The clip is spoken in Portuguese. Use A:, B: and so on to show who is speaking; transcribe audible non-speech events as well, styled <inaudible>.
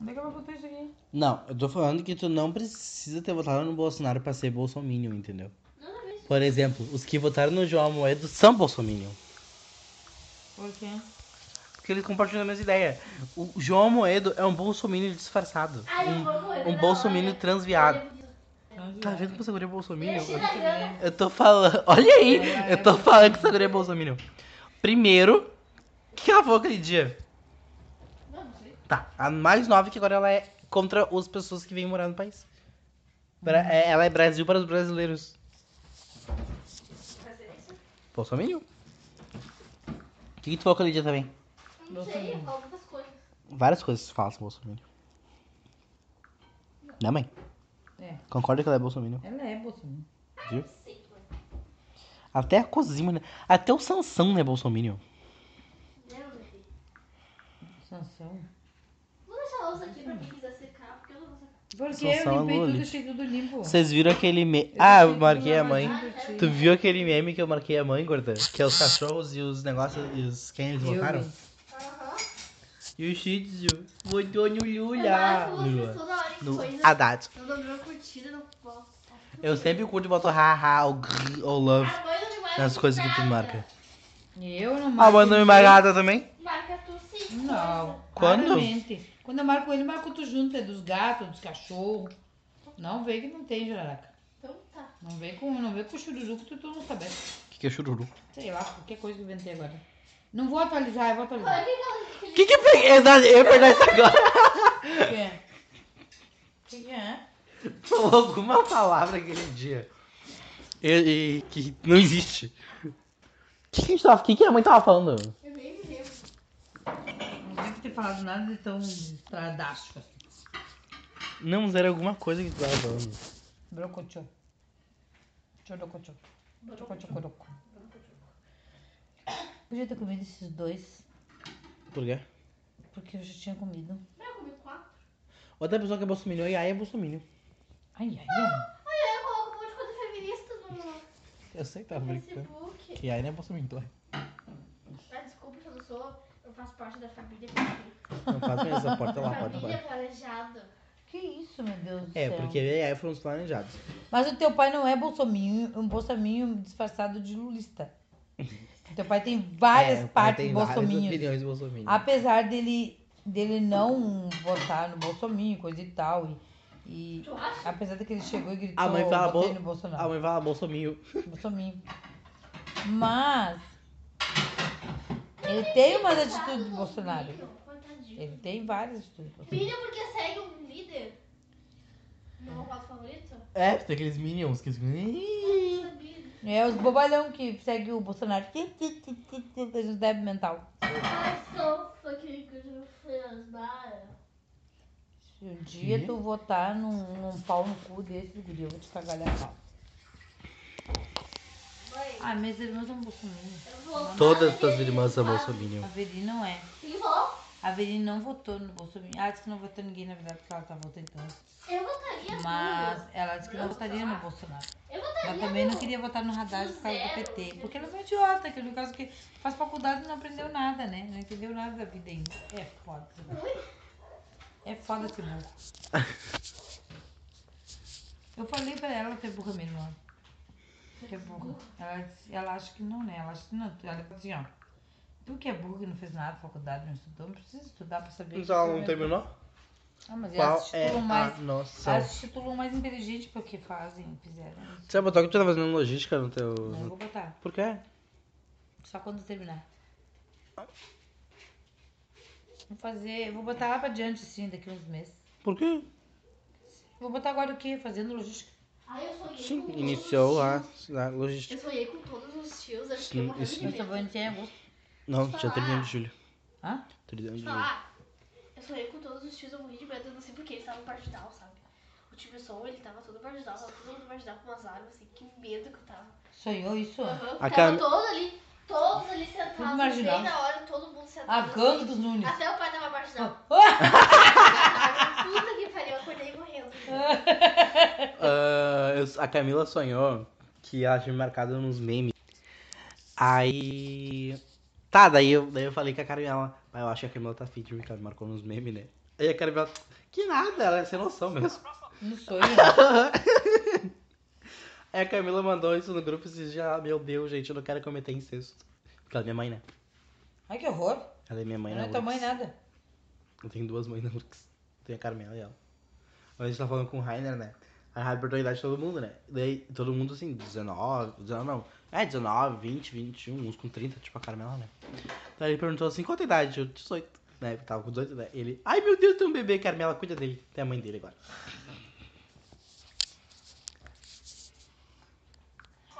A: Onde é que eu vou botar isso aqui?
B: Não, eu tô falando que tu não precisa ter votado no Bolsonaro pra ser bolsominion, entendeu?
C: Nada a ver.
B: Por exemplo, os que votaram no João Moedo são bolsominion.
A: Por quê?
B: Porque eles compartilham a mesma ideia. O João Moedo é um bolsominion disfarçado.
C: Ah, eu vou correr.
B: Um
C: não,
B: bolsominion
C: olha.
B: transviado.
A: Não,
B: Tá vendo como essa guria é
C: Eu
B: bolsominion?
C: achei da grana.
B: Eu tô falando. <laughs> Olha aí! Eu tô falando que essa guria é bolsominion. Primeiro, que ela falou aquele dia.
C: Não, não sei.
B: Tá, a mais nova que agora ela é contra as pessoas que vêm morar no país. Bra- é- Ela é Brasil para os brasileiros.
C: Fazer isso?
B: Bolsominion. O que, que tu falou aquele dia também?
C: Não sei, eu falo muitas coisas.
B: Várias coisas tu fala sobre Bolsonaro. Né, mãe?
A: É.
B: Concorda que ela é Bolsonaro?
A: Ela é Bolsonaro.
B: Viu?
C: Sei, coisa.
B: Até a Cosima, né? Até o Sansão não é Bolsonaro.
C: Né, meu filho?
A: Sansão.
C: Vou deixar a louça aqui pra quem quiser secar, porque eu não vou secar.
A: Porque
B: Sansão
A: eu
B: é
A: limpei tudo,
B: Lully.
A: deixei tudo limpo.
B: Vocês viram aquele meme.
A: Eu
B: Ah,
A: deixei
B: eu
A: tudo
B: marquei a mãe.
A: lavadinho pra ti.
B: Tu viu aquele meme que eu marquei a mãe, gorda? Que é os cachorros e os negócios e os quem eles
A: Eu
B: botaram?
A: vi.
C: Aham.
B: E o Shih Tzu botou no
C: Eu
B: Lula.
C: marco
B: No
C: vocês
B: Lula.
C: toda hora em
B: No
C: coisa.
B: Haddad.
C: Eu dou meu curtida, não posso.
B: Eu sempre curto e boto haha ou grrr, ou love
C: A mãe não me marca
B: nas coisas que tu
C: nada.
B: marca.
A: Eu não
B: Ah, mãe não me
A: ninguém.
B: marcada também?
C: Marca tu sim.
A: Não.
B: Quando?
A: raramente. Quando eu marco ele, eu marco tu junto, é dos gatos, dos cachorros. Não vê que não tem, Jararaca.
C: Então tá.
A: Não vê com, não vê com o churuzu que tu, tu não sabe.
B: O que, que é chururu?
A: Sei lá, qualquer coisa que eu inventei agora. Não vou atualizar, eu vou
C: Olha
A: atualizar.
C: que ela
B: O que que eu peguei? É verdade, eu ia perguntar isso agora.
A: O que é? O que que é?
B: <laughs> Falou alguma palavra aquele dia. E, e- que não existe. O que, que a gente tava- que, que a mãe tava falando?
C: Eu nem me lembro.
A: Não devo ter falado nada de tão estradástico assim.
B: Não, mas era alguma coisa que tu tava falando.
A: Brocochô. Chorocochô. Chocoroco. Podia ter comido esses dois,
B: Por quê?
A: porque eu já tinha comido.
C: Mas eu comi quatro.
B: Outra pessoa que é bolsominion e aí é bolsominion.
A: Ai, ai, ai.
C: Olha, eu coloco um monte de coisa feminista no
B: Eu sei que tava Tá brincando.
C: Facebook.
B: Que aí não é bolsominion, tu é.
C: Ah, desculpa se eu não sou. Eu faço parte da família perfeita.
B: Não faz mesmo, essa porta lá, porta
C: Família
B: lá.
C: planejada.
A: Que isso, meu Deus do
B: É,
A: céu.
B: porque ele e aí foram os planejados.
A: Mas o teu pai não é bolsominho, é um bolsominho disfarçado de
B: <laughs>
A: lulista. teu pai tem várias
B: É, o pai
A: partes
B: tem várias
A: bolsominhas.
B: opiniões bolsominion.
A: Apesar dele, dele não votar no bolsominho, coisa e tal. E, e
C: Tu acha?
A: apesar de que ele chegou e gritou,
B: A mãe fala
A: "Votei
B: bol-
A: no Bolsonaro.
B: A mãe fala bolsominion.
A: Bolsominho. Mas ele tem umas atitudes do Bolsonaro. Ele
C: Coitadinho.
A: tem várias atitudes do Bolsonaro.
C: Filho, porque segue um líder. Meu voto favorito?
B: É, tem aqueles minions que...
C: Eu sabia.
A: É os bobalhão que segue o Bolsonaro. Eles não devem mental.
C: I so fucking good with friends, bye.
A: Se um dia
B: Que?
A: tu votar num, num pau no cu desse guri, eu vou te cagalhar a pau.
C: Mãe,
A: Ah, minhas irmãs são bolsominions.
C: eu vou. Ah,
B: Todas as tuas irmãs são bolsominion.
A: A Veri não é.
C: E vou.
A: A Veri não votou no bolsominion. Ela disse que não votou ninguém, na verdade, porque ela tá votando.
C: Eu votaria
A: Mas
C: nulo.
A: ela disse que não votaria no Bolsonaro.
C: Eu votaria
A: Ela também não
C: nulo.
A: queria votar no radar por causa do PT. Porque ela é uma idiota, que no caso que faz faculdade e não aprendeu nada, né? Não entendeu nada da vida ainda. É foda. esse burro. É foda esse burro. Eu falei pra ela que é burra minha irmã. Que é burra. Ela, disse- ela acha que não, né? Ela acha que não. Ela falou assim, ó. Tu que é burro que não fez nada, faculdade, não estudou, não precisa estudar pra saber.
B: Mas
A: que
B: ela
A: você
B: não
A: vai-
B: terminou?
A: Ah, mas
B: Qual
A: elas se
B: é
A: titulam mais.
B: a noção?
A: Elas se titulam mais inteligente porque fazem, fizeram.
B: Você vai botar que tu tá fazendo logística no teu...
A: Não vou botar.
B: Por quê?
A: Só quando terminar. Vou fazer. Vou botar lá pra diante, assim, daqui uns meses.
B: Por quê?
A: Vou botar agora o quê? Fazendo logística.
C: Ai, eu sonhei
B: Sim,
C: com todos
B: iniciou
C: os
B: a,
C: tios.
B: a logística.
C: Eu sonhei com todos os tios. Acho que
B: Sim,
C: eu morri
B: isso.
C: de
A: Eu só vou
C: medo.
A: entrar em agosto.
B: Não, dia 31 de julho.
A: Hã?
B: 31 de
C: Deixa eu
B: julho.
C: falar. ah, Eu sonhei com todos os tios. Eu morri de medo. Eu não sei porque eles estavam partidal, sabe? O time som, ele tava todo partidal. Tava todo mundo partidal com umas armas, assim. Que medo que eu tava.
A: Sonhou isso?
C: Aham, tava
B: A Cam-
C: todo ali, todos ali sentados,
A: marginal.
C: bem na hora, todo mundo sentado.
A: A gangue dos
C: assim.
A: Nunes.
C: Até o pai tava
A: <laughs>
C: marginal.
A: Ah!
C: Puta que pariu, eu acordei morrendo.
B: Ah, eu- a Camila sonhou que ela tinha me marcado nos memes. Aí. Tá, daí eu, daí eu falei com a Camila. "Ah, Eu acho que a Camila tá fit, porque ela me marcou nos memes, né? Aí a Caribela, que nada, ela é sem noção mesmo.
A: ah, Não sou eu.
B: Aí É, a Camila mandou isso no grupo esses dias, ah, meu Deus, gente, eu não quero cometer incesto. Porque ela é minha mãe, né?
A: Ai, que horror.
B: Ela é minha mãe,
A: Eu
B: né?
A: não é tua mãe
B: Lourdes?
A: nada.
B: Eu tenho duas mães na Urx. Tem a Carmela e ela. Mas a gente tá falando com o Rainer, né? A Rainer perguntou a idade de todo mundo, né? Daí todo mundo assim, 19, 19 não. É, 19, 20, 21, uns com 30, tipo a Carmela, né? Daí ele perguntou assim, qual a tua né? idade? Eu, 18. Na época eu tava com 18, né? Ele, ai meu Deus, tem um bebê, Carmela, cuida dele. Tem a mãe dele agora.